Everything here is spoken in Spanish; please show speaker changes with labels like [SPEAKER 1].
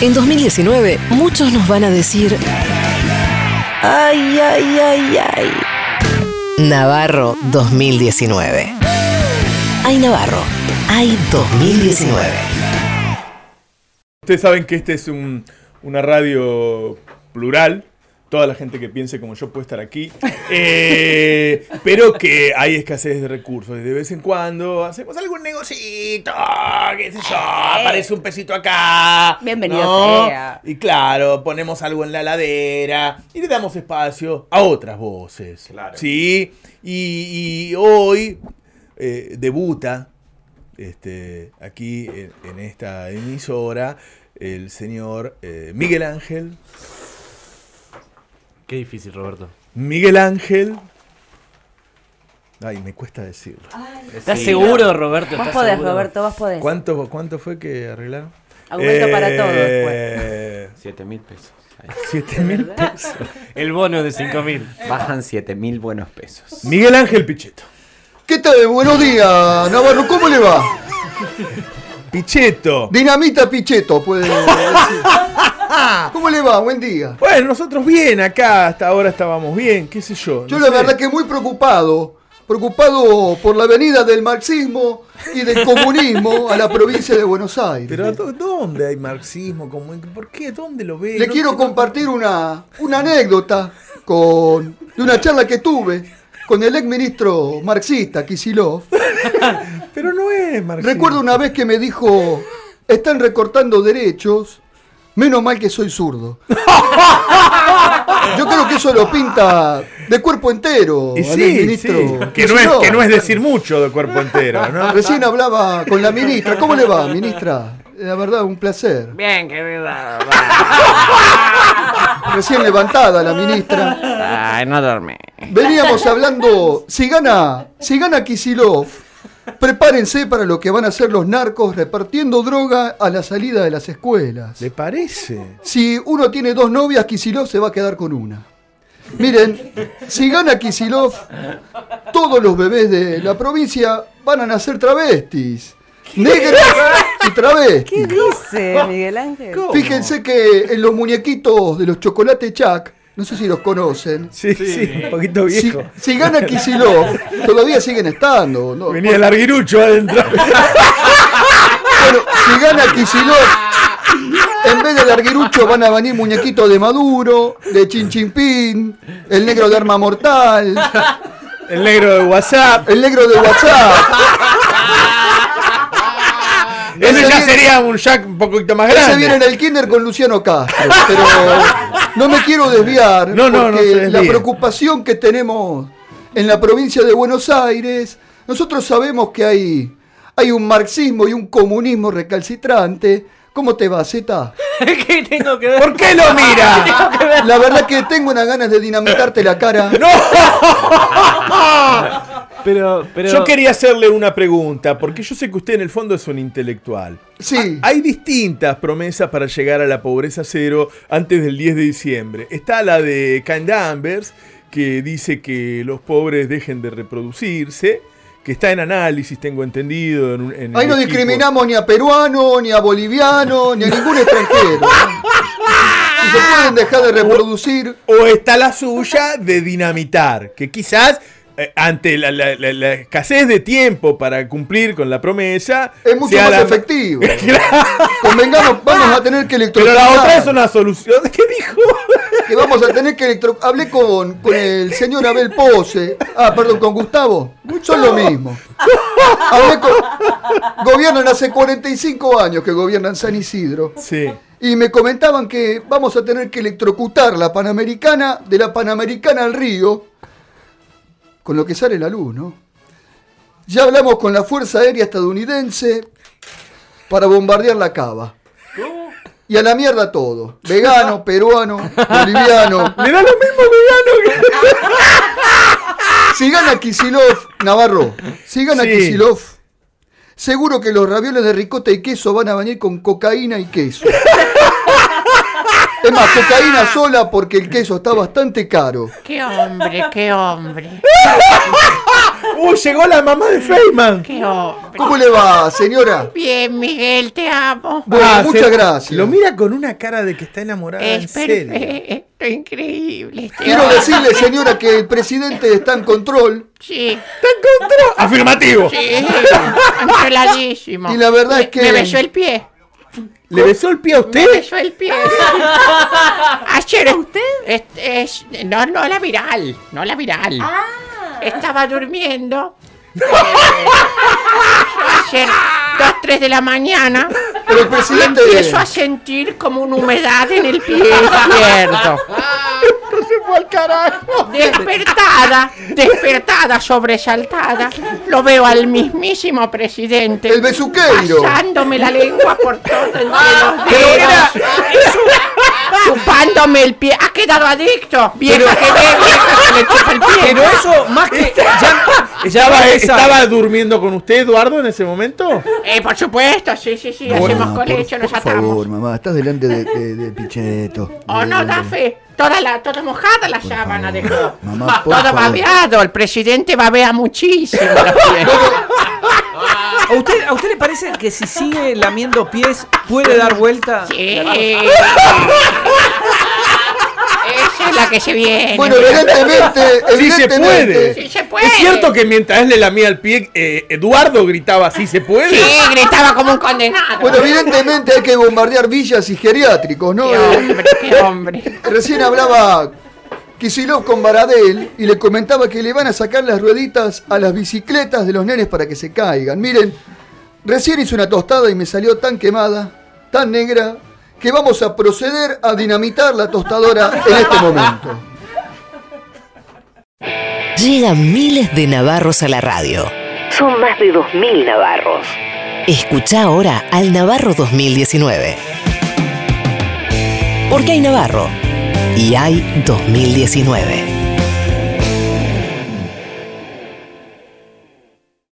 [SPEAKER 1] En 2019, muchos nos van a decir. Ay, ay, ay, ay. Navarro 2019. Hay Navarro. Hay 2019.
[SPEAKER 2] Ustedes saben que este es un- una radio plural. Toda la gente que piense como yo puede estar aquí. Eh, pero que hay escasez de recursos. Y de vez en cuando hacemos algún negocito, qué sé yo, aparece un pesito acá.
[SPEAKER 3] Eh. Bienvenido sea.
[SPEAKER 2] Y claro, ponemos algo en la ladera y le damos espacio a otras voces.
[SPEAKER 4] Claro.
[SPEAKER 2] ¿Sí? Y, y hoy eh, debuta este, aquí en, en esta emisora el señor eh, Miguel Ángel.
[SPEAKER 4] Qué difícil, Roberto.
[SPEAKER 2] Miguel Ángel. Ay, me cuesta decirlo.
[SPEAKER 3] Ah,
[SPEAKER 4] ¿Estás seguro, Roberto?
[SPEAKER 3] Vos
[SPEAKER 4] ¿Estás
[SPEAKER 3] podés,
[SPEAKER 4] seguro?
[SPEAKER 3] Roberto, vos podés.
[SPEAKER 2] ¿Cuánto, cuánto fue que arreglaron?
[SPEAKER 3] Aumento para todo
[SPEAKER 4] Eh.
[SPEAKER 2] después.
[SPEAKER 5] 7 mil pesos. Ahí.
[SPEAKER 2] 7 mil pesos.
[SPEAKER 4] El bono de 5000.
[SPEAKER 5] Bajan 7 mil buenos pesos.
[SPEAKER 2] Miguel Ángel Pichetto.
[SPEAKER 6] ¿Qué tal? Buenos días, Navarro. ¿Cómo le va?
[SPEAKER 2] Pichetto.
[SPEAKER 6] Dinamita Picheto, puede decir. ¿Cómo le va? Buen día.
[SPEAKER 2] Bueno, nosotros bien acá, hasta ahora estábamos bien, qué sé yo.
[SPEAKER 6] Yo
[SPEAKER 2] no
[SPEAKER 6] la
[SPEAKER 2] sé.
[SPEAKER 6] verdad que muy preocupado, preocupado por la venida del marxismo y del comunismo a la provincia de Buenos Aires.
[SPEAKER 2] Pero ¿dó- ¿dónde hay marxismo? ¿Cómo- ¿Por qué? ¿Dónde lo ves?
[SPEAKER 6] Le
[SPEAKER 2] No-
[SPEAKER 6] quiero compartir una, una anécdota con, de una charla que tuve con el ex ministro marxista Kisilov.
[SPEAKER 2] Pero no es marxismo.
[SPEAKER 6] Recuerdo una vez que me dijo, están recortando derechos, menos mal que soy zurdo. Yo creo que eso lo pinta de cuerpo entero
[SPEAKER 2] Y
[SPEAKER 6] al
[SPEAKER 2] sí,
[SPEAKER 6] Oh, ministro.
[SPEAKER 2] sí, Que, no es,
[SPEAKER 6] Kicillof.
[SPEAKER 2] que no es decir mucho de cuerpo entero, ¿no?
[SPEAKER 6] Recién hablaba con la ministra. ¿Cómo le va, ministra? La verdad, un placer.
[SPEAKER 5] Bien, querida.
[SPEAKER 6] Recién levantada la ministra.
[SPEAKER 5] Ay, no dormí.
[SPEAKER 6] Veníamos hablando, si gana, si gana Kisilov, prepárense para lo que van a hacer los narcos repartiendo droga a la salida de las escuelas.
[SPEAKER 2] ¿Le parece?
[SPEAKER 6] Si uno tiene dos novias, Kisilov se va a quedar con una. Miren, si gana Kisilov, todos los bebés de la provincia van a nacer travestis. Negras y
[SPEAKER 3] ¿Qué
[SPEAKER 6] travestis.
[SPEAKER 3] dice Miguel Ángel?
[SPEAKER 2] ¿Cómo?
[SPEAKER 6] Fíjense que en los muñequitos de los chocolates Chuck, no sé si los conocen.
[SPEAKER 2] Sí, sí, un poquito
[SPEAKER 6] Si,
[SPEAKER 2] viejo.
[SPEAKER 6] si gana Kisilov, todavía siguen estando. ¿no?
[SPEAKER 2] Venía el arguirucho adentro.
[SPEAKER 6] Bueno, si gana Kicillof, en vez del arguirucho van a venir muñequitos de Maduro, de Chin Chin Pin, el negro de arma mortal,
[SPEAKER 2] El negro de WhatsApp.
[SPEAKER 6] el negro de
[SPEAKER 2] Ah,
[SPEAKER 6] WhatsApp.
[SPEAKER 2] Ese
[SPEAKER 6] Ese
[SPEAKER 2] ya
[SPEAKER 6] viene-
[SPEAKER 2] sería un Jack un poquito más
[SPEAKER 6] Se viene en
[SPEAKER 2] grande.
[SPEAKER 6] el kinder con Luciano Castro, pero no me quiero desviar
[SPEAKER 2] No, no, no se
[SPEAKER 6] porque
[SPEAKER 2] desvíe.
[SPEAKER 6] la preocupación que tenemos en la provincia de Buenos Aires, nosotros sabemos que hay, hay un marxismo y un comunismo recalcitrante. ¿Cómo te va, Zeta?
[SPEAKER 4] ¿Qué tengo que ver?
[SPEAKER 2] ¿Por qué lo mira?
[SPEAKER 6] La verdad que tengo unas ganas de dinamitarte la cara.
[SPEAKER 4] Pero, pero.
[SPEAKER 2] Yo quería hacerle una pregunta, porque yo sé que usted en el fondo es un intelectual.
[SPEAKER 6] Sí.
[SPEAKER 2] Hay distintas promesas para llegar a la pobreza cero antes del 10 de diciembre. Está la de Kind Danvers, que dice que los pobres dejen de reproducirse, que está en análisis, tengo entendido. En un- en
[SPEAKER 6] Ahí
[SPEAKER 2] el
[SPEAKER 6] no
[SPEAKER 2] equipo.
[SPEAKER 6] discriminamos ni a peruano, ni a boliviano, ni a ningún extranjero. Si se pueden dejar de reproducir,
[SPEAKER 2] O está la suya de dinamitar, que quizás eh, ante la, la- la- la escasez de tiempo para cumplir con la promesa...
[SPEAKER 6] es mucho
[SPEAKER 2] sea
[SPEAKER 6] más
[SPEAKER 2] la-
[SPEAKER 6] efectivo.
[SPEAKER 2] Claro,
[SPEAKER 6] Convengamos, vamos a tener que
[SPEAKER 2] Pero la otra es
[SPEAKER 6] electrocutar.
[SPEAKER 2] una solución. ¿Qué dijo?
[SPEAKER 6] Que vamos a tener que electro... Hablé con, con el señor Abel Pose. Ah, perdón, con Gustavo. Son lo mismo. Hablé con... Gobiernan hace 45 años que gobiernan San Isidro.
[SPEAKER 2] Sí.
[SPEAKER 6] Y me comentaban que vamos a tener que electrocutar la Panamericana de la Panamericana al río, con lo que sale la luz, ¿no? Ya hablamos con la Fuerza Aérea Estadounidense para bombardear la cava. Y a la mierda todo. Vegano, peruano, boliviano.
[SPEAKER 2] Le da lo mismo vegano que...
[SPEAKER 6] Si gana Kisilov, Navarro, si gana
[SPEAKER 2] Sí.
[SPEAKER 6] Kicillof, seguro que los ravioles de ricota y queso van a venir con cocaína y queso. Es más, cocaína sola porque el queso está bastante caro.
[SPEAKER 7] Qué hombre, qué hombre.
[SPEAKER 2] ¡Uy, llegó la mamá de Feynman!
[SPEAKER 6] ¿Cómo le va, señora?
[SPEAKER 7] Bien, Miguel, te amo.
[SPEAKER 6] Bueno,
[SPEAKER 2] Ah,
[SPEAKER 6] muchas
[SPEAKER 2] se-
[SPEAKER 6] gracias.
[SPEAKER 2] Lo mira con una cara de que está enamorada en
[SPEAKER 7] Es
[SPEAKER 2] serio.
[SPEAKER 7] perfecto, increíble. te
[SPEAKER 6] Ah, Quiero
[SPEAKER 7] amo.
[SPEAKER 6] decirle, señora, que el presidente está en control
[SPEAKER 7] Sí,
[SPEAKER 2] ¡Afirmativo!
[SPEAKER 7] sí, controladísimo.
[SPEAKER 6] y la verdad es que...
[SPEAKER 7] Me besó el pie.
[SPEAKER 2] ¿Le besó el pie a
[SPEAKER 7] Me
[SPEAKER 2] usted?
[SPEAKER 7] besó el pie. Ayer usted. no, no la viral. No la viral. Estaba durmiendo. Eh, ayer, 2, 3 de la mañana.
[SPEAKER 6] Pero el
[SPEAKER 7] Y
[SPEAKER 6] presidente...
[SPEAKER 7] empiezo a sentir como una humedad en el pie izquierdo. Despertada, despertada, sobresaltada, lo veo al mismísimo presidente.
[SPEAKER 6] El besuqueiro. Ah,
[SPEAKER 7] Pasándome la lengua por todo entre los dedos. Chupándome el pie. Ha quedado adicto. Vieja que ve, vieja que le chupa el pie.
[SPEAKER 4] Pero eso, más que. Ya, ya
[SPEAKER 2] ¿Estaba,
[SPEAKER 4] va esa.
[SPEAKER 2] ¿Estaba durmiendo con usted, Eduardo, en ese momento?
[SPEAKER 7] Eh, por supuesto, sí, sí, sí. hacemos colecho, nos atamos.
[SPEAKER 6] mamá, estás delante de, de, de Pichetto.
[SPEAKER 7] Oh, no, da fe. Toda, la, toda mojada la sábana
[SPEAKER 6] favor.
[SPEAKER 7] dejó.
[SPEAKER 6] Mamá, por
[SPEAKER 7] Todo
[SPEAKER 6] favor.
[SPEAKER 7] babeado. El presidente babea muchísimo. la piel.
[SPEAKER 4] ¿A usted, ¿A usted le parece que si sigue lamiendo pies puede dar vuelta?
[SPEAKER 7] Sí. Esa es la que se viene.
[SPEAKER 6] Bueno, evidentemente,
[SPEAKER 2] Sí se
[SPEAKER 6] evidentemente...
[SPEAKER 2] puede.
[SPEAKER 7] sí se puede.
[SPEAKER 2] Es cierto que mientras él le lamía el pie, eh, Eduardo gritaba, ¿sí se puede?
[SPEAKER 7] Sí, gritaba como un condenado.
[SPEAKER 6] Bueno, evidentemente hay que bombardear villas y geriátricos, ¿no?
[SPEAKER 7] Qué
[SPEAKER 6] Eh,
[SPEAKER 7] hombre, qué hombre.
[SPEAKER 6] Recién hablaba Kisilov con Baradel y le comentaba que le van a sacar las rueditas a las bicicletas de los nenes para que se caigan. Miren, recién hice una tostada y me salió tan quemada, tan negra, que vamos a proceder a dinamitar la tostadora en este momento.
[SPEAKER 1] Llegan miles de navarros a la radio. Son más de 2.000 navarros. Escucha ahora al Navarro 2019. Porque hay Navarro y hay 2019.